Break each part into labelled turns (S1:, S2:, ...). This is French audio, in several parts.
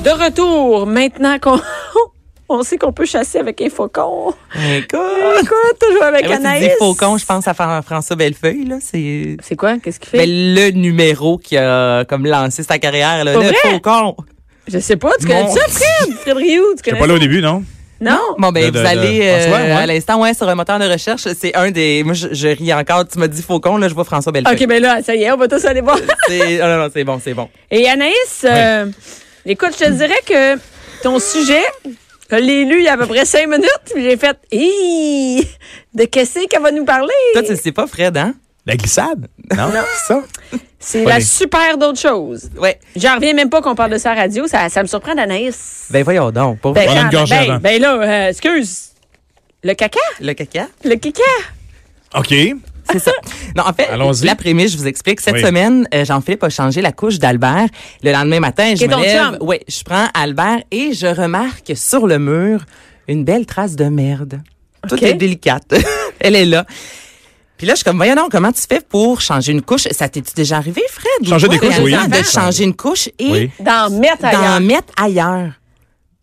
S1: De retour, maintenant qu'on on sait qu'on peut chasser avec un faucon.
S2: Écoute,
S1: Écoute, toujours avec
S2: Eh oui, Ah, tu
S1: Anaïs.
S2: dis faucon, je pense à Fran- François Bellefeuille, là. C'est
S1: C'est quoi? Qu'est-ce qu'il fait?
S2: ben, le numéro qui a comme lancé sa carrière, là.
S1: Pas
S2: le
S1: vrai?
S2: faucon.
S1: Je sais pas. Tu connais
S2: Mon-
S1: ça, Fred? Fred Rioux, tu
S3: J'étais
S1: connais
S3: pas là
S1: ça?
S3: au début, non?
S1: Non?
S2: Bon, ben,
S3: De-
S2: vous
S3: de-
S2: allez
S3: de- François,
S2: euh,
S3: ouais.
S2: à l'instant, ouais, sur un moteur de recherche. C'est un des. Moi, je, je ris encore. Tu m'as dit faucon, là, je vois François Bellefeuille.
S1: OK, ben là, ça y est, on va tous aller voir.
S2: C'est- oh, non, non, c'est bon, c'est bon.
S1: Et Anaïs, euh, écoute, je te dirais que ton sujet, je l'ai lu il y a à peu près cinq minutes, puis j'ai fait Hi! De qu'est-ce qu'elle va nous parler?
S2: Toi, tu le sais pas, Fred, hein?
S3: La glissade? Non, c'est ça?
S1: C'est
S3: Pas
S1: la
S3: né.
S1: super d'autre chose.
S2: Ouais.
S1: J'en reviens même pas qu'on parle de ça à la radio, ça, ça me surprend d'Anaïs.
S2: Ben, voyons donc. Pour
S1: Ben,
S3: On a une
S1: quand-
S3: gorgée
S1: ben,
S3: avant.
S1: ben là, euh, excuse. Le caca?
S2: le caca.
S1: Le caca?
S3: OK.
S2: C'est ça. Non, en fait,
S3: Allons-y.
S2: la prémisse, je vous explique. Cette
S3: Oui.
S2: semaine, euh, Jean-Philippe a changé la couche d'Albert. Le lendemain matin, je
S1: Qui est
S2: me
S1: ton
S2: lève.
S1: chum.
S2: Oui, je prends Albert et je remarque sur le mur une belle trace de merde. Tout
S1: Ok.
S2: est délicate. Elle est là. Puis là, je suis comme, voyons donc, comment tu fais pour changer une couche? Ça t'es-tu déjà arrivé, Fred?
S3: Changer des
S2: Ou quoi?
S3: couches, oui.
S2: De changer une couche et
S3: Oui.
S1: D'en mettre
S2: d'en
S1: ailleurs.
S2: mettre ailleurs.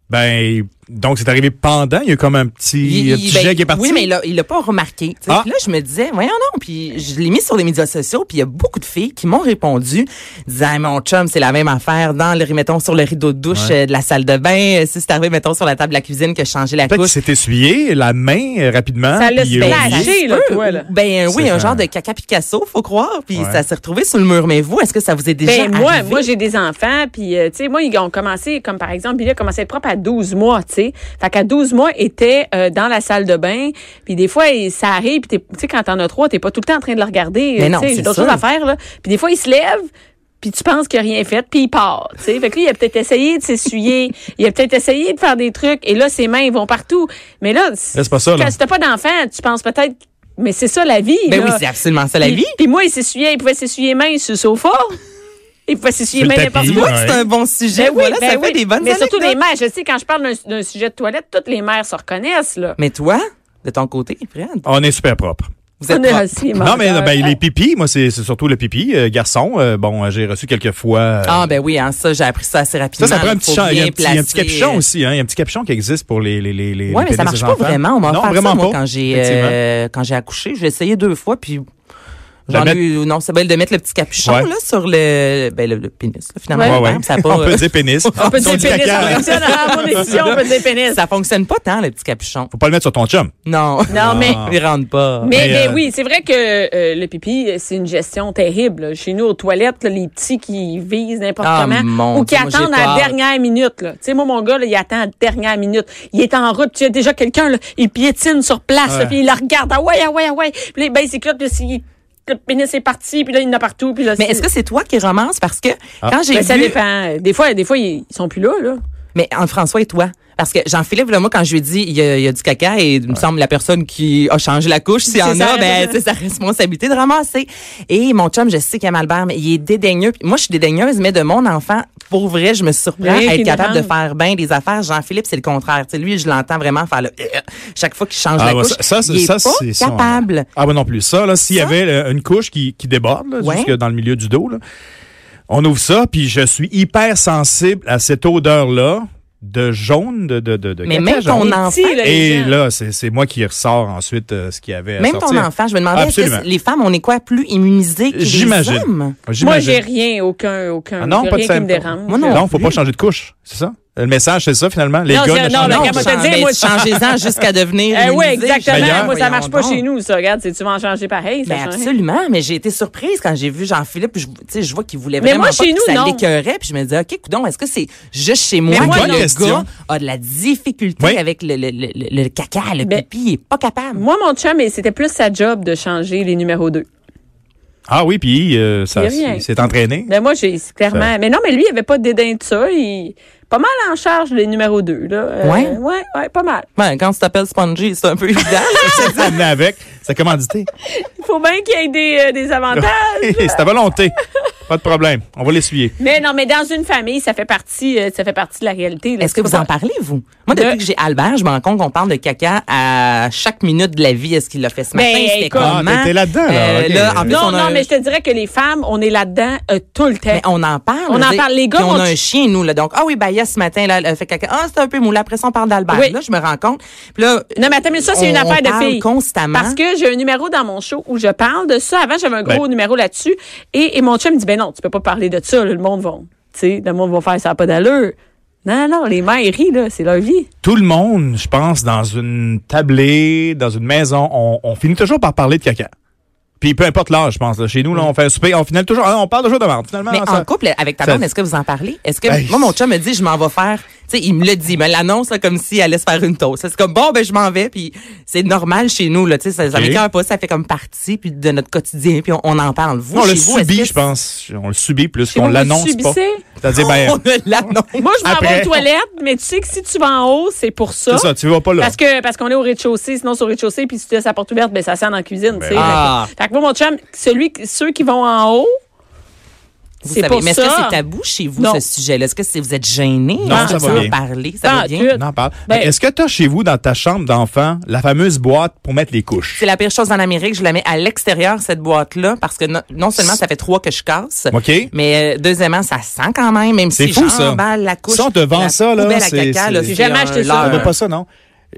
S3: Ben, donc, c'est arrivé pendant. Il y a eu comme un petit, un petit
S2: ben,
S3: jet qui est parti.
S2: Oui, mais il l'a- il l'a pas remarqué. tu sais.
S3: Ah.
S2: Puis Là, je me disais, voyons non. Puis je l'ai mis sur les médias sociaux, puis il y a beaucoup de filles qui m'ont répondu, disant, Hey, mon chum, c'est la même affaire dans le, mettons, sur le rideau de douche euh, de la salle de bain. Euh, Si c'est arrivé, mettons, sur la table de la cuisine que je changeais la
S3: Peut-être qu'il
S2: couche.
S3: s'est essuyé la main euh, rapidement.
S1: Ça l'a
S3: puis il a
S1: splashé. Lâché,
S3: oublié.
S1: là,
S2: Ça se peut.
S1: toi, là.
S2: Ben euh, oui,
S3: C'est
S2: un
S3: ça.
S2: genre de caca Picasso, faut croire. Puis
S3: Ouais.
S2: ça s'est retrouvé sur le mur. Mais vous, est-ce que ça vous est déjà
S1: Ben, moi,
S2: arrivé?
S1: moi j'ai des enfants, puis euh, tu sais, moi, ils ont commencé, comme par exemple, Billy a commencé à être propre à 12 mois, tu sais. Fait qu'à 12 mois, il était euh, dans la salle de bain, puis des fois, il- ça arrive, puis t'es- tu sais, quand t'en as trois, t'es pas tout le temps en train de le regarder,
S2: Mais
S1: euh,
S2: non,
S1: tu sais,
S2: c'est
S1: j'ai d'autres
S2: sûr.
S1: choses à faire, là. Puis des fois, il se lève, puis tu penses qu'il a rien fait, puis il part, tu sais. Fait que lui, il a peut-être essayé de s'essuyer, il a peut-être essayé de faire des trucs, et là, ses mains, ils vont partout. Mais là,
S3: Là, c'est pas ça, là.
S1: quand t'as pas d'enfant, tu penses peut-être, mais c'est ça la vie,
S2: Ben
S1: là.
S2: oui, c'est absolument ça la
S1: Puis-
S2: vie. Ah!
S1: Puis moi, il s'essuyait, il pouvait s'essuyer main sur le sofa. Il pouvait s'essuyer
S3: Sur le
S1: main
S3: tapis,
S1: n'importe
S3: là.
S1: où.
S2: Moi, c'est
S3: Ouais.
S2: un bon sujet.
S1: Ben oui,
S2: voilà,
S1: ben
S2: ça
S1: oui.
S2: fait des bonnes
S1: Mais surtout
S2: anecdotes.
S1: les mères. Je sais, quand je parle d'un- d'un sujet de toilette, toutes les mères se reconnaissent, là.
S2: Mais toi, de ton côté, Fred,
S3: On est super propre.
S2: vous êtes
S1: On est
S2: propre.
S1: aussi
S3: Non, mais
S1: mangeurs.
S3: ben, les pipis, moi, c'est c'est surtout le pipi. euh, garçon, euh, bon, euh, j'ai reçu quelques fois. euh,
S2: Ah ben oui, hein, ça j'ai appris ça assez rapidement.
S3: ça, ça prend un petit,
S2: Faut
S3: cha- il y a un
S2: bien
S3: petit, il y a un petit
S2: placer,
S3: capuchon
S2: euh,
S3: aussi. Hein, il y a un petit capuchon qui existe pour les les les les.
S2: Ouais,
S3: les
S2: mais ça
S3: pénis des
S2: marche pas
S3: enfants.
S2: vraiment. On m'a
S3: non,
S2: offert
S3: vraiment
S2: ça, moi,
S3: pas.
S2: quand j'ai
S3: effectivement.
S2: euh, quand j'ai accouché, j'ai essayé deux fois puis
S3: De
S2: j'en ai
S3: mettre-
S2: eu non, c'est bien de mettre le petit capuchon
S3: Ouais.
S2: là sur le ben le, le pénis là, finalement.
S3: Ouais,
S2: hein,
S3: ouais.
S2: Ça a pas,
S3: On peut dire pénis.
S1: On peut
S3: Ils ont
S1: dire
S3: dit
S1: pénis,
S3: caca.
S1: ça fonctionne. À mon décision, on peut dire pénis.
S2: ça fonctionne pas tant le petit capuchon.
S3: Faut pas le mettre sur ton chum.
S2: Non.
S1: Non, mais...
S3: Ah.
S2: Il rentre pas.
S1: Mais,
S3: Mais,
S1: mais
S3: euh,
S1: oui, c'est vrai que euh, le pipi, euh, c'est une gestion terrible. là. Chez nous, aux toilettes, là, les petits qui visent n'importe
S2: Ah,
S1: comment
S2: mon
S1: ou qui
S2: Dieu, moi, j'ai
S1: attendent à la
S2: peur.
S1: dernière minute. là. Tu sais, moi, mon gars, là, il attend à la dernière minute. Il est en route, puis il y a déjà quelqu'un, là, il piétine sur place, là,
S3: Ouais.
S1: puis il la regarde. Ah ouais, ah ouais, ah ouais. Puis là, ben, il s'éclate, puis s'il- le pénis est parti, puis là, il en a partout. Puis là,
S2: Mais est-ce que c'est toi qui romances parce que
S3: Ah.
S2: quand j'ai
S1: Ben, ça
S2: vu-
S1: dépend. Des fois, des fois, ils ils sont plus là, là.
S2: Mais en François et toi? Parce que Jean-Philippe, là, moi, quand je lui ai dit, il y a, il y a du caca et il me semble la personne qui a changé la couche, s'il y en
S1: C'est
S2: a,
S1: ça.
S2: ben, c'est sa responsabilité de ramasser. Et mon chum, je sais qu'il aime Albert, mais il est dédaigneux. Puis Moi, je suis dédaigneuse, mais de mon enfant, pour vrai, je me surprends
S1: Oui,
S2: à
S1: qu'il
S2: être capable de
S1: demande.
S2: faire bien des affaires. Jean-Philippe, c'est le contraire. Tu sais, lui, je l'entends vraiment faire le... euh, Chaque fois qu'il change
S3: Ah,
S2: la
S3: ouais,
S2: couche,
S3: ça, ça,
S2: il est
S3: ça,
S2: pas
S3: c'est ça, ouais.
S2: capable.
S3: Ah, ben non plus. Ça, là, s'il y
S2: Ça?
S3: avait euh, une couche qui, qui déborde, là,
S2: Ouais.
S3: jusque dans le milieu du dos, là, on ouvre ça, puis je suis hyper sensible à cette odeur-là de jaune, de, de, de, de
S2: Mais
S3: caca
S2: même
S3: jaune.
S2: ton
S1: Les
S2: enfant...
S1: petits, là, les
S3: Et
S1: gens.
S3: là, c'est c'est moi qui ressors ensuite euh, ce qu'il y avait à
S2: Même ton
S3: sortir.
S2: enfant, je me demandais, est-ce
S3: Absolument.
S2: que les femmes, on est quoi, plus immunisées que les
S3: J'imagine. Ah,
S2: hommes?
S1: Moi,
S3: J'imagine.
S1: j'ai rien, aucun, aucun.
S3: Ah non,
S1: j'ai
S3: pas de
S1: rien qui me
S3: symptômes.
S1: dérange.
S2: Moi non.
S3: Non, faut pas changer de couche, c'est ça? Le message, c'est ça, finalement? Les
S1: Non,
S3: gars,
S1: c'est-
S3: ne
S1: non,
S3: changent
S1: mais
S3: pas
S1: comment
S3: de
S1: t'as
S3: couche.
S1: dit? dire, moi, je-
S2: changez-en jusqu'à devenir.
S1: Eh oui,
S2: immunisée.
S1: exactement.
S3: D'ailleurs,
S1: Moi, ça marche pas
S2: Voyons
S1: chez
S2: donc.
S1: nous, ça. Regarde, si tu vas en changer pareil, ça hein.
S2: Ben
S1: change.
S2: absolument, mais j'ai été surprise quand j'ai vu Jean-Philippe. Je, tu sais, je vois qu'il voulait
S1: Mais
S2: vraiment
S1: moi,
S2: pas
S1: chez
S2: que
S1: nous,
S2: ça
S1: non.
S2: l'écœurait. Puis je me disais, OK, coudon, est-ce que c'est juste chez moi,
S1: Mais moi,
S2: que
S1: non.
S2: le
S3: Question.
S2: gars a de la difficulté
S3: Oui.
S2: avec le, le, le, le- le caca, le
S1: Ben-
S2: pipi, il est pas capable.
S1: Moi, mon chum, et c'était plus sa job de changer les numéros 2.
S3: Ah oui, puis euh,
S1: Il y
S3: ça
S1: a rien.
S3: il s'est entraîné.
S1: Mais moi, j'ai c'est clairement. Mais non, mais lui, il avait pas de dédain de ça. Il- pas mal en charge les numéros 2. Là. Euh,
S2: Ouais?
S1: ouais? ouais, pas mal.
S2: Ben, quand tu t'appelles Spongy, c'est un peu évident.
S3: Ça ça venait avec. Ça commandité.
S1: Il faut bien qu'il y ait des, euh, des avantages.
S3: c'est ta volonté. Pas de problème. On va l'essuyer.
S1: mais non, mais dans une famille, ça fait partie, euh, ça fait partie de la réalité. là.
S2: Est-ce que vous en parlez, vous? Moi, depuis
S1: De-
S2: que j'ai Albert, je me rends compte qu'on parle de caca à chaque minute de la vie. Est-ce qu'il l'a fait ce matin?
S1: Ben,
S2: C'était
S1: écoute-
S2: comment?
S3: Ah, t'étais là-dedans, là.
S2: Euh,
S3: Ok.
S2: là, en plus,
S1: Non,
S2: on a
S1: non,
S2: un-
S1: mais je te dirais que les femmes, on est là-dedans euh, tout le temps.
S2: Mais on en parle.
S1: On
S2: je
S1: en
S2: veux
S1: parle,
S2: dire.
S1: les gars,
S2: Puis on
S1: on-
S2: a un chien, nous, là. Donc, ah oui, ben, il y a ce matin, là, elle fait caca. Ah, c'est un peu moulé. Après ça, on parle d'Albert.
S1: Oui.
S2: Là, je me rends compte. Puis là.
S1: Non, mais attends, mais ça, c'est
S2: on-
S1: une affaire
S2: on
S1: de
S2: parle
S1: filles.
S2: constamment.
S1: Parce que j'ai un numéro dans mon show où je parle de ça. Avant, j'avais un gros
S3: Ben.
S1: numéro là-dessus. Et, et mon chum me dit, ben non, tu peux pas parler de ça. là. le monde va, tu sais, le monde va faire ça a pas d'allure. Non, non, les mères ils rient, là. C'est leur vie.
S3: Tout le monde, je pense, dans une tablée, dans une maison, on, on finit toujours par parler de caca. Puis peu importe l'âge, je pense. là. Chez nous, là, on fait un souper, on finit toujours, ah, on parle toujours de vente. Finalement,
S2: Mais
S3: non,
S2: en
S3: ça-
S2: couple, avec ta
S3: ça-
S2: blonde, est-ce que vous en parlez? Est-ce que,
S3: Ben,
S2: moi, mon chum me dit, je m'en vais faire, tu sais, il me le dit, il me l'annonce, là, comme s'il allait se faire une toast. C'est comme, bon, ben, je m'en vais, puis c'est normal chez nous, là, tu sais, ça, ça
S3: Ok.
S2: m'écoeure pas, ça fait comme partie, puis de notre quotidien, puis on, on en parle. Vous,
S3: on
S2: chez
S3: le
S2: vous, est-ce
S3: subit,
S2: que-
S3: je pense. On le subit plus
S1: Chez
S3: qu'on
S1: vous, vous le
S3: l'annonce pas.
S1: subissez?
S3: C'est-à-dire,
S2: On
S3: ben,
S2: ne l'annonce.
S1: Moi, je m'en
S3: Après.
S1: vais aux toilettes, mais tu sais que si tu vas en haut, c'est pour ça.
S3: c'est ça, tu vas pas là.
S1: Parce que parce qu'on est au rez-de-chaussée, sinon sur le rez-de-chaussée, puis si tu laisses la porte ouverte, ben ça sent dans la cuisine. tu sais.
S2: Ah.
S1: Fait que- Fait que moi, mon chum, celui, ceux qui vont en haut,
S2: Vous
S1: c'est
S2: savez,
S1: pour
S2: mais est-ce
S1: ça.
S2: que c'est tabou chez vous,
S1: Non.
S2: ce sujet-là? Est-ce que c'est- vous êtes gêné?
S3: Non, ça va bien.
S2: en parler? Ça va
S1: Pas
S2: bien?
S1: tout.
S3: Non, parle.
S1: Ben-
S3: Mais Est-ce que tu as chez vous, dans ta chambre d'enfant, la fameuse boîte pour mettre les couches?
S2: C'est la pire chose en Amérique. Je la mets à l'extérieur, cette boîte-là, parce que non, non seulement ça fait trois que je casse,
S3: OK.
S2: mais euh, deuxièmement, ça sent quand même, même
S3: C'est
S2: si
S3: fou, ça.
S2: j'emballe la couche.
S3: Ça, on te vend
S2: la
S3: ça, là,
S2: poubelle à
S3: c'est-
S2: caca, là,
S3: c'est-
S2: c'est
S1: J'ai jamais
S2: un
S1: acheté ça.
S2: leurre.
S3: On n'a pas ça, non?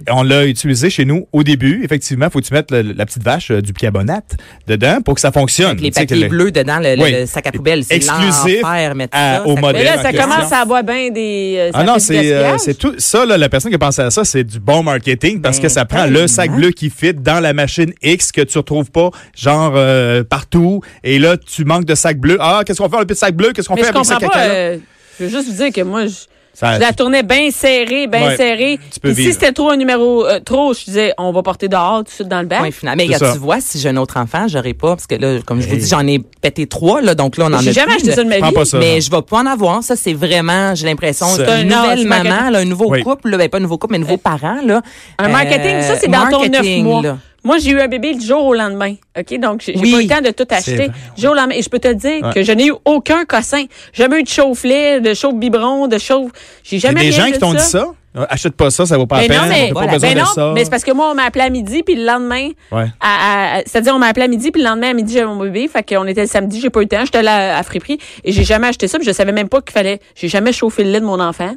S3: On l'a utilisé chez nous au début. Effectivement, faut que tu mettes le- la petite vache euh, du bicarbonate dedans pour que ça fonctionne.
S2: Avec les
S3: Tu sais que
S2: papiers
S3: le-
S2: bleus dedans, le, le-
S3: Oui.
S2: le sac à poubelle. C'est
S3: Exclusif
S2: l'enfer, mettre
S3: à-
S2: ça,
S3: au
S2: ça-
S1: mais
S3: modèle.
S1: là,
S3: en
S1: ça
S3: question.
S1: commence à avoir bien des. euh, ça
S3: Ah non,
S1: fait du
S3: c'est euh,
S1: gaspillage.
S3: c'est tout ça là, la personne qui a pensé à ça, c'est du bon marketing parce
S2: Ben,
S3: que ça prend le sac
S2: tellement.
S3: bleu qui fit dans la machine X que tu retrouves pas genre euh, partout et là tu manques de sac bleu. Ah, qu'est-ce qu'on fait avec le sac bleu Qu'est-ce qu'on
S1: Mais
S3: fait
S1: je
S3: avec ce
S1: comprends
S3: caca
S1: pas.
S3: là
S1: euh, je veux juste vous dire que moi, je,
S3: Ça-
S1: je la tournais bien serrée, bien
S3: Ouais,
S1: serrée.
S3: tu peux
S1: Puis
S3: vivre.
S1: si c'était trop un numéro euh, trop, je disais, on va porter dehors tout de suite dans le bac.
S2: Point final. Mais
S3: C'est
S2: regarde,
S3: ça.
S2: tu vois, si j'ai un autre enfant, j'aurais pas, parce que là, comme je vous dis, j'en ai pété trois, là, donc là, on en a
S1: J'ai jamais
S2: plus,
S1: acheté
S2: là.
S1: ça de ma
S3: Prends
S1: vie.
S3: pas ça.
S2: mais
S3: non.
S2: je vais pas en avoir. Ça, c'est vraiment, j'ai l'impression,
S3: C'est
S2: c'est
S1: un
S2: une nouvelle
S1: autre marketing. Euh,
S2: maman, là, un nouveau
S3: Oui.
S2: couple, là, ben, pas un nouveau couple, mais un nouveau parent. Là.
S1: Un
S2: Euh,
S1: marketing, ça, c'est dans ton neuf
S2: marketing,
S1: mois.
S2: là.
S1: Moi, j'ai eu un bébé le jour au lendemain. OK? Donc, j'ai j'ai
S2: Oui.
S1: pas eu le temps de tout
S3: vrai.
S1: acheter. Du jour au lendemain. Et je peux te dire
S3: Ouais.
S1: que je n'ai eu aucun cossin. J'ai jamais eu de chauffe-lait, de chauffe-biberon, de chauffe. J'ai
S3: Il y a
S1: jamais
S3: des
S1: rien
S3: gens
S1: eu
S3: qui
S1: de
S3: t'ont dit ça Euh, Achète pas ça, ça vaut pas la
S1: Ben
S3: peine.
S1: non, mais,
S3: on n'a
S2: voilà.
S3: pas besoin
S1: ben
S3: de
S1: non,
S3: ça.
S1: mais c'est parce que moi, on m'a appelé à midi, puis le lendemain,
S3: Ouais.
S1: à- à- à- c'est-à-dire, on m'a appelé à midi, puis le lendemain, à midi, j'avais mon bébé. Fait qu'on était le samedi, j'ai pas eu le temps. J'étais là à friperie, et j'ai jamais acheté ça, puis je savais même pas qu'il fallait. J'ai jamais chauffé le lait de mon enfant.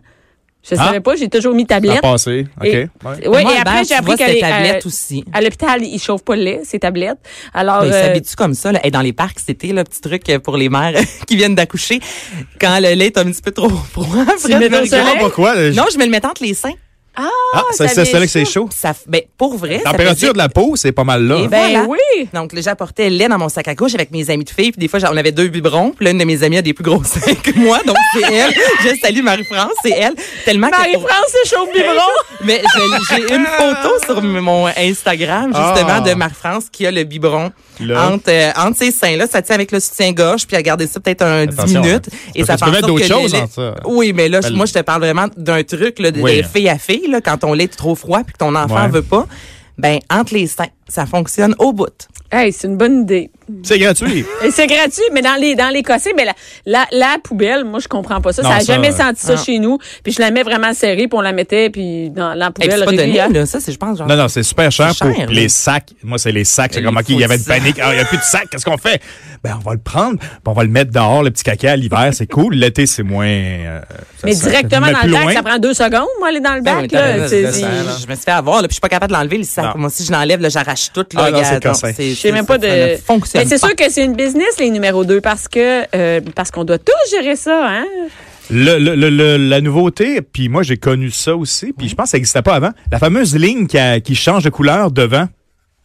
S1: Je
S3: Ah.
S1: savais pas, j'ai toujours mis
S3: Ça a
S1: tablette.
S3: Ah, passé. OK.
S1: Et-
S3: ouais.
S1: Ouais,
S2: Moi,
S1: et
S2: Albert,
S1: après,
S2: tu
S1: j'ai appris
S2: vois,
S1: qu'à
S2: c'est
S1: les- euh,
S2: tablette
S1: à-
S2: aussi.
S1: À l'hôpital, ils chauffent pas le lait, ces tablettes. Alors,
S2: Ben, ils
S1: euh,
S2: s'habituent comme ça. Là. Et dans les parcs, c'était le petit truc euh, pour les mères qui viennent d'accoucher. Quand le lait est un petit peu trop froid, Fred
S1: mets
S2: me
S1: au
S2: regarde.
S1: soleil?
S3: Ah, pourquoi euh,
S2: Non, je me le mettais entre les seins.
S3: Ah, ça-
S1: ça
S3: c'est
S1: vient
S3: là que c'est
S1: chaud.
S3: chaud.
S2: Ça, f- ben, pour vrai. ça faisait-
S3: Température de la peau, c'est pas mal là.
S2: Et
S1: ben
S2: voilà.
S1: oui.
S2: Donc, là, j'apportais le lait dans mon sac à couche avec mes amis de filles. Puis des fois, j'en- on avait deux biberons. Puis l'une de mes amies a des plus gros seins que moi. Donc, c'est elle. Je salue Marie-France. C'est elle. Tellement que pour-
S1: Marie-France, c'est chauffe biberon.
S2: Mais je- j'ai une photo sur m- mon Instagram, justement,
S3: Ah.
S2: de Marie-France qui a le biberon
S3: Là.
S2: entre, euh, entre ses seins. Là, ça tient avec le soutien-gorge, puis elle a gardé ça peut-être un 10
S3: Attention,
S2: minutes.
S3: hein.
S2: Et
S3: Parce
S2: ça
S3: que tu peux
S2: fait en sorte que
S3: mettre d'autres
S2: le
S3: choses
S2: lait-
S3: entre ça.
S2: Oui, mais là, je-
S3: Ben,
S2: moi, je te parle vraiment d'un truc, là, de-
S3: Oui.
S2: des filles à filles, là, quand ton lait est trop froid puis que ton enfant
S3: Ouais.
S2: veut pas. Ben, entre les seins, ça fonctionne au bout.
S1: Hey, c'est une bonne idée.
S3: C'est gratuit.
S1: Et c'est gratuit, mais dans les dans les cossés, ben la, la, la poubelle, moi je comprends pas ça.
S3: Non,
S1: ça a
S3: ça,
S1: jamais
S3: euh,
S1: senti ça
S2: non.
S1: chez nous. Puis je la mets vraiment serrée, puis on la mettait puis dans la
S2: Et puis,
S1: poubelle.
S2: c'est pas
S1: régulière.
S2: donné, là. Ça, c'est, je pense, genre.
S3: Non, non, c'est super cher,
S2: C'est cher,
S3: pour
S2: oui.
S3: les sacs. Moi, c'est les sacs. J'ai
S2: Il
S3: comme, OK, il y
S2: faut
S3: avait une
S2: ça.
S3: panique. Ah, il n'y a plus de sacs. Qu'est-ce qu'on fait? Ben, on va le prendre. puis on va le mettre dehors, le petit caca, à l'hiver. C'est cool. L'été, c'est moins. euh, ça-
S1: mais
S3: ça-
S1: directement
S3: mais
S1: dans
S3: plus
S1: le bac,
S3: loin.
S1: ça prend deux secondes, moi, aller dans le
S2: Ben,
S1: bac.
S2: mais t'as
S1: là.
S2: raison,
S1: C'est-
S2: là,
S1: c'est-
S2: ça, là, je me suis fait avoir, là, puis je suis pas capable de l'enlever le sac.
S3: Non.
S2: Moi, si je l'enlève, là, j'arrache tout, là,
S3: Ah, non, c'est
S2: regarde. Donc,
S3: cassin.
S2: c'est-
S1: Je sais même pas de.
S2: ça ne fonctionne
S1: Mais c'est
S2: pas.
S1: sûr que c'est une business, les numéros 2, parce que euh, parce qu'on doit tous gérer ça, hein?
S3: Le, le- le- le- la nouveauté, puis moi, j'ai connu ça aussi. Puis je pense que ça n'existait pas avant. La fameuse ligne qui, a- qui change de couleur devant.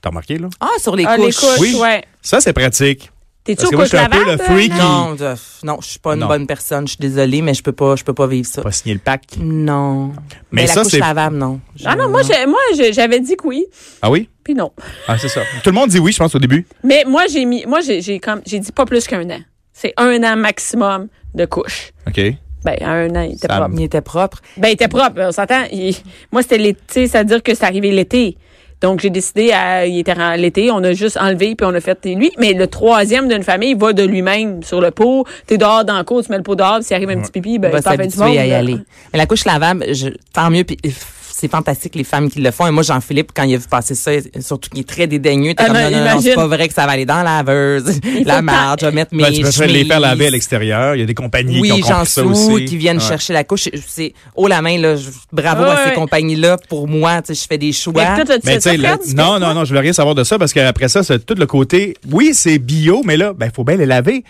S3: T'as remarqué, là?
S2: Ah, sur les
S1: ah,
S2: couches.
S1: les couches,
S3: Oui.
S1: ouais.
S3: Ça, c'est pratique.
S1: T'es-tu
S3: Parce
S1: au
S3: que moi, je
S1: couche
S3: suis un peu
S1: lavable?
S3: le freak.
S2: Non, je, non, je suis pas une
S3: Non.
S2: bonne personne. Je suis désolée, mais je peux pas, je peux pas vivre ça.
S3: Pas signer le pack.
S2: Non.
S3: Mais
S2: Mais,
S3: ça,
S2: la couche
S3: c'est-
S2: lavable, non. Je-
S1: Ah non, moi, j'ai- moi j'ai- j'avais dit que oui,
S3: Ah oui?
S1: puis non.
S3: Ah, c'est ça. Tout le monde dit oui, je pense, au début.
S1: Mais moi, j'ai mis, moi, j'ai j'ai comme, j'ai dit pas plus qu'un an. C'est un an maximum de couche.
S3: OK.
S1: Ben, à un an, il était
S3: Ça
S1: propre.
S2: Il était propre.
S1: Ben, il était propre. On s'entend. Il- Moi, c'était l'été, c'est-à-dire que c'est arrivé l'été. Donc, j'ai décidé, à, il était en- l'été, on a juste enlevé, puis on a fait lui. Mais le troisième d'une famille va de lui-même sur le pot. T'es dehors dans le cours, tu mets le pot dehors, puis s'il arrive un petit pipi, ben,
S2: va
S1: t'en fais du monde.
S2: s'habituer à y
S1: là.
S2: aller. Mais la couche lavable, je, tant mieux. Puis pff, c'est fantastique les femmes qui le font. Et moi, Jean-Philippe, quand il a vu passer ça, surtout qu'il est très dédaigneux, t'es
S1: Ah
S2: comme
S1: ben,
S2: non, non, non,
S1: imagine.
S2: c'est pas vrai que ça va aller dans la laveuse, la
S1: faut
S2: marge, je vais mettre mes
S3: Ben, tu peux faire les faire laver à
S2: chemises.
S3: l'extérieur. Il y a des compagnies qui ont
S2: Oui, j'en
S3: compris ça aussi.
S2: suis qui viennent
S3: Ouais.
S2: chercher la couche. C'est haut la main là. je- Bravo
S1: Ouais,
S2: à ces
S1: ouais.
S2: compagnies-là. Pour moi, tu sais, je fais des
S1: Mais
S2: choix.
S1: toi, t'as- Ben, tu
S3: Mais
S1: sais
S3: Ben, tu sais,
S1: pas faire
S3: le-
S1: du
S3: non,
S1: sport?
S3: non, non, je veux rien savoir de ça parce qu'après ça, c'est tout le côté. Oui, c'est bio, mais là, ben, faut bien les laver.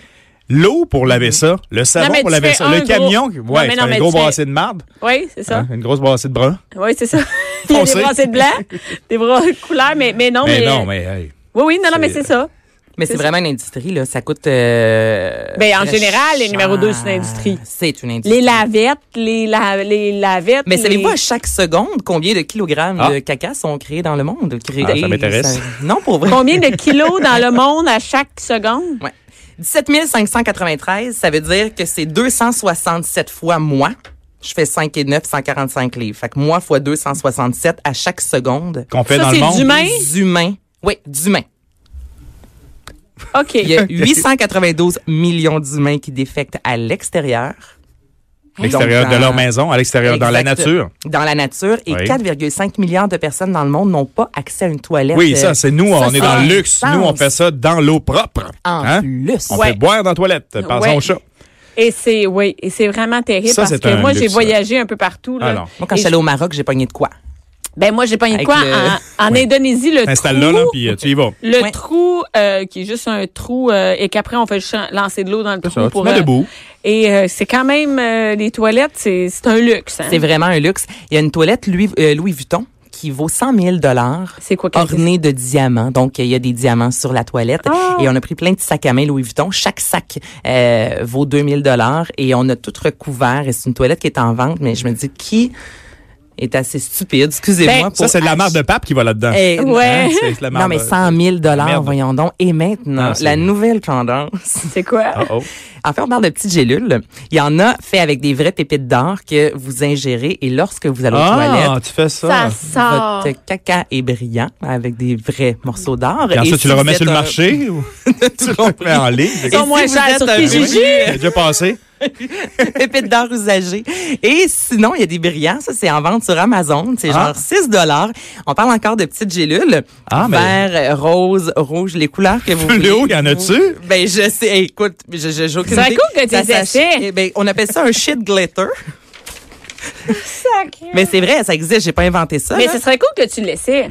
S3: L'eau pour laver ça, le savon
S1: Mm-hmm. mais
S3: pour
S1: tu
S3: laver
S1: fais
S3: ça,
S1: un
S3: le
S1: gros-
S3: camion, ouais,
S1: Non, mais
S3: tu
S1: non,
S3: fais
S1: mais
S3: un gros
S1: tu fais-
S3: brassé de marde,
S1: Oui, c'est ça.
S3: hein, une grosse brassée de brun.
S1: Oui, c'est ça. il y a
S3: Foncé.
S1: des brassées de blanc, des bras de couleur, mais, mais non, mais.
S3: mais non, mais hey,
S1: Oui, oui, non, non, mais
S3: c'est-
S1: c'est ça.
S2: Mais c'est
S1: C'est
S2: vraiment une industrie, là. Ça coûte. euh,
S1: Ben, en
S2: très
S1: général, les
S2: cher.
S1: numéros deux, c'est une industrie.
S2: C'est une industrie.
S1: Les lavettes, les, la- les lavettes.
S2: Mais
S1: les-
S2: savez-vous à chaque seconde combien de kilogrammes
S3: Ah.
S2: de caca sont créés dans le monde? Créés,
S3: Ah, ça m'intéresse.
S2: Non, pour vrai.
S1: Combien de kilos dans le monde à chaque seconde?
S2: Ouais. 17 593, ça veut dire que c'est 267 fois moi. Je fais 5 et 9, 145 livres. Fait que moi fois 267 à chaque seconde.
S3: qu'on fait
S1: Ça,
S3: dans le
S1: c'est
S3: monde.
S1: du Humain?
S2: Humains. Oui, d'humains.
S1: OK.
S2: Il y a 892 millions d'humains qui défectent à l'extérieur.
S3: À l'extérieur
S2: Donc,
S3: de
S2: dans-
S3: leur maison, à l'extérieur, dans la
S2: Exact.
S3: nature.
S2: Dans la nature. Et
S3: Oui.
S2: 4,5 milliards de personnes dans le monde n'ont pas accès à une toilette.
S3: Oui,
S2: euh,
S3: ça, c'est nous,
S2: ça,
S3: on est
S2: c'est
S3: dans
S2: une
S3: le luxe. Nous, on
S2: chance.
S3: fait ça dans l'eau propre.
S2: En
S3: Hein?
S2: plus.
S3: On
S1: Ouais.
S3: peut boire dans la toilette. Pensons
S1: Ouais.
S3: au chat.
S1: Et c'est, oui, et c'est vraiment terrible
S3: Ça,
S1: parce
S3: c'est
S1: que
S3: un
S1: moi, j'ai
S3: luxe,
S1: voyagé un peu partout. Là,
S3: Ah non.
S2: Moi, quand
S1: Et
S2: je suis allée au Maroc, j'ai pogné de quoi?
S1: Ben, moi, j'ai pas eu
S2: Avec
S1: quoi.
S2: le-
S1: En, en Indonésie, le trou.
S3: T'installe là, là, puis euh, tu y vas.
S1: Le
S2: Ouais.
S1: trou, euh, qui est juste un trou, euh, et qu'après, on fait juste lancer de l'eau dans le trou.
S3: Ça, tu
S1: pour,
S3: mets
S1: euh,
S3: debout.
S1: Et euh, c'est quand même, euh, les toilettes, c'est, c'est un luxe. hein.
S2: C'est vraiment un luxe. Il y a une toilette Louis, euh, Louis Vuitton qui vaut 100 000
S1: C'est quoi qu'elle
S2: ornée de diamants. Donc, il y a des diamants sur la toilette.
S1: Ah.
S2: Et on a pris plein de sacs à main Louis Vuitton. Chaque sac euh, vaut 2000 dollars et on a tout recouvert. Et c'est une toilette qui est en vente, mais je me dis, qui est assez stupide? Excusez-moi.
S1: Ben,
S2: pour
S3: Ça, c'est de la marde de pape qui va là-dedans.
S2: Eh,
S1: Ouais.
S3: Hein, c'est de la
S2: Non,
S3: marde
S2: mais
S3: de-
S2: 100 000
S3: Merde.
S2: voyons donc. Et maintenant,
S3: Ah, c'est-
S2: la nouvelle tendance.
S1: C'est quoi?
S3: Ah, oh.
S2: En fait, on parle de petites gélules. Il y en a fait avec des vraies pépites d'or que vous ingérez et lorsque vous allez aux toilettes,
S3: Ah, tu fais
S1: Ça
S3: ça.
S1: sort.
S2: votre caca est brillant avec des vrais morceaux d'or.
S3: Puis ensuite, tu
S2: si
S3: le
S2: vous
S3: remets
S2: êtes
S3: sur le
S2: un-
S3: marché ou tu le remets en ligne?
S1: Ils sont
S2: si
S1: moins
S2: vous
S1: chers
S2: êtes
S1: sur
S2: un-
S1: Kijiji.
S3: C'est déjà passé.
S2: pépites d'or usagées. Et sinon, il y a des brillants. Ça, c'est en vente sur Amazon. C'est
S3: Ah.
S2: genre 6 On parle encore de petites gélules.
S3: Ah, mais-
S2: Vert, euh, rose, rouge, les couleurs que vous voulez.
S3: Léo, il y en a-tu?
S2: Ben, je sais. Hey, écoute, je, je, j'ai aucune
S1: Ça
S2: idée.
S1: coûte que
S2: Ça
S1: t'es
S2: s'achète-
S1: essais.
S2: Eh ben, on appelle ça un shit glitter. Mais c'est vrai, ça existe. J'ai pas inventé ça.
S1: Mais
S2: là.
S1: ce serait cool que tu le laissais.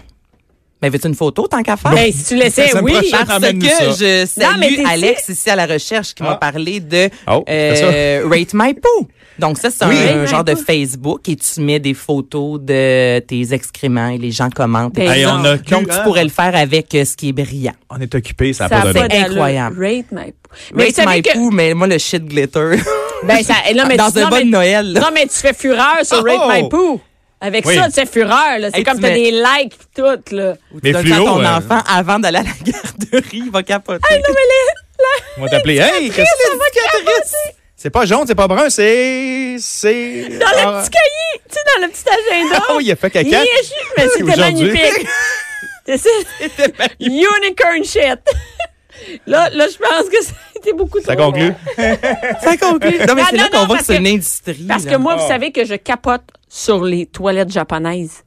S2: Mais veux-tu une photo tant qu'à faire?
S1: Ben, si tu le laissais,
S3: semaine
S1: oui.
S3: Ah, prochaine.
S2: Parce
S3: ramène-nous ça.
S2: que je
S1: Non, mais
S2: salue
S1: t'es-
S2: Alex ici à la recherche qui
S3: Ah.
S2: m'a parlé de
S3: Oh, c'est
S2: euh, Rate My Poo. Donc ça, c'est
S3: Oui.
S2: un,
S1: Rate My
S2: genre de
S1: Poo.
S2: Facebook et tu mets des photos de tes excréments et les gens commentent. Euh,
S1: Ben, Hey,
S3: on a que-
S2: Donc tu pourrais le faire avec euh, ce qui est brillant.
S3: On est occupé, ça
S1: Ça
S3: n'a pas
S1: a
S3: donné.
S1: pas d'allure.
S2: Incroyable.
S1: Rate my poo. Mais
S2: Rate
S1: tu
S2: My
S1: savais que.
S2: Poo, mais moi le shit glitter.
S1: Ben, ça, non, mais
S2: Dans
S1: tu-
S2: un
S1: non,
S2: bon
S1: mais-
S2: Noël, là.
S1: Non, mais tu fais fureur sur
S3: Oh!
S1: Rate My Poo. Avec
S3: Oui.
S1: ça, tu fais fureur. là. C'est
S2: Hey,
S1: comme
S2: tu
S1: t'as
S2: mets-
S1: des likes pis tout. Là.
S2: Ou
S3: Mais
S2: tu donnes
S3: fluo,
S2: ça à ton
S3: euh,
S2: enfant avant d'aller à la garderie, il va capoter.
S1: Non, mais
S3: On va t'appeler. Hey, qu'est-ce que
S2: va capoter.
S3: c'est pas jaune, c'est pas brun, c'est. C'est.
S1: là, dans le petit cahier, tu sais, dans le petit agenda.
S3: Ah oui, Ah. il a fait caca.
S1: Niaiseux, mais
S3: Oui,
S1: c'était
S3: aujourd'hui.
S1: magnifique. C'est ça. Unicorn shit. Là, là, je pense que ça a été beaucoup
S3: Ça
S1: trop. long.
S3: conclut.
S2: Ça conclut. Non, mais
S1: Ah,
S2: c'est
S1: non,
S2: là qu'on
S1: non,
S2: voit que
S1: parce
S2: c'est
S1: que-
S2: une industrie.
S1: Parce
S2: là.
S1: que moi, vous
S3: Oh.
S1: savez que je capote sur les toilettes japonaises.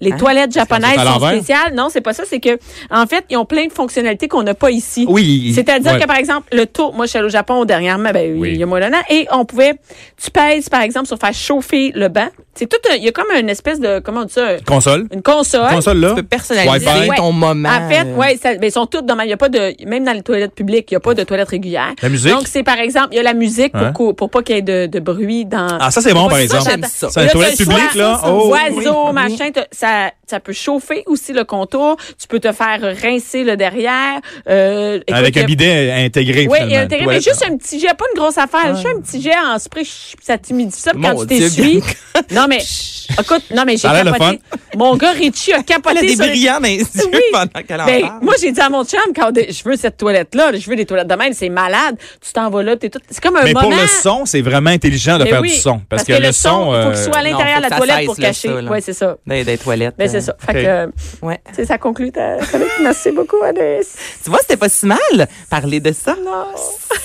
S1: Les
S3: Hein?
S1: toilettes japonaises
S3: sont à
S1: sont
S3: l'envers?
S1: spéciales. Non, c'est pas ça. C'est que, en fait, ils ont plein de fonctionnalités qu'on n'a pas ici.
S3: Oui.
S1: C'est-à-dire
S3: Ouais.
S1: que, par exemple, le taux, moi, je suis allée au Japon dernièrement, ben,
S3: Oui.
S1: il y a moins d'un an, et on pouvait, tu pèses, par exemple, sur faire chauffer le banc. C'est tout un- il y a comme une espèce de, comment on dit ça,
S3: Console.
S1: une console.
S3: Console là.
S2: tu peux personnaliser
S3: Wi-Fi.
S2: ton moment.
S1: En fait,
S2: euh,
S1: oui, ça, ben, ils sont toutes dans, il y a pas de, même dans les toilettes publiques, il n'y a pas de toilettes régulières.
S3: La musique?
S1: Donc, c'est par exemple, il y a la musique pour,
S3: Hein?
S1: qu'au- pour pas qu'il y ait de, de bruit dans.
S3: Ah, ça, c'est bon,
S1: Moi,
S3: par
S1: c'est ça,
S3: exemple.
S2: j'aime ça.
S3: C'est une
S1: Là,
S3: toilette
S1: t'as le choix,
S3: publique, là.
S1: ça, ça,
S3: Oh,
S1: oiseau,
S2: oui.
S1: machin, t'as- ça, ça peut chauffer aussi le contour. Tu peux te faire rincer le derrière. euh, écoute,
S3: Avec
S1: il y
S3: un
S1: a-
S3: bidet intégré.
S1: Oui,
S3: finalement,
S1: il y a intérêt, mais
S3: toilette.
S1: juste un petit jet, pas une grosse affaire. Juste un petit jet en spray, chut, ça t'humidifie ça, puis
S2: Mon
S1: quand tu ben,
S2: Dieu,
S1: t'essuies. non, mais, écoute, non, mais j'ai
S3: Ça a l'air le
S1: capoté. Mon gars Richie a
S2: Elle a
S1: capoté
S2: des
S1: sur les-
S2: brillants dans les yeux
S1: Oui.
S2: pendant qu'elle en
S1: Ben,
S2: parle.
S1: moi, j'ai dit à mon chum, quand on dit, je veux cette toilette-là, je veux des toilettes de même, c'est malade. Tu t'en vas là, t'es tout. C'est comme un
S3: Mais
S1: moment.
S3: pour le son, c'est vraiment intelligent de
S1: Ben
S3: faire
S1: oui,
S3: du son. Parce,
S1: que, le son, il faut qu'il soit à
S3: euh,
S2: non,
S1: l'intérieur
S2: faut
S1: de la
S2: que ça
S1: toilette
S2: cesse,
S1: pour
S2: là,
S1: cacher.
S2: ça, là.
S1: Oui, c'est ça.
S2: Des, des toilettes.
S1: Ben, c'est
S2: euh,
S1: ça. Fait
S3: ok.
S1: que, euh,
S2: Ouais.
S1: tu sais, ça euh, conclut ta chronique. Merci beaucoup, Alice.
S2: Tu vois, c'était pas si mal parler de ça.
S1: Non.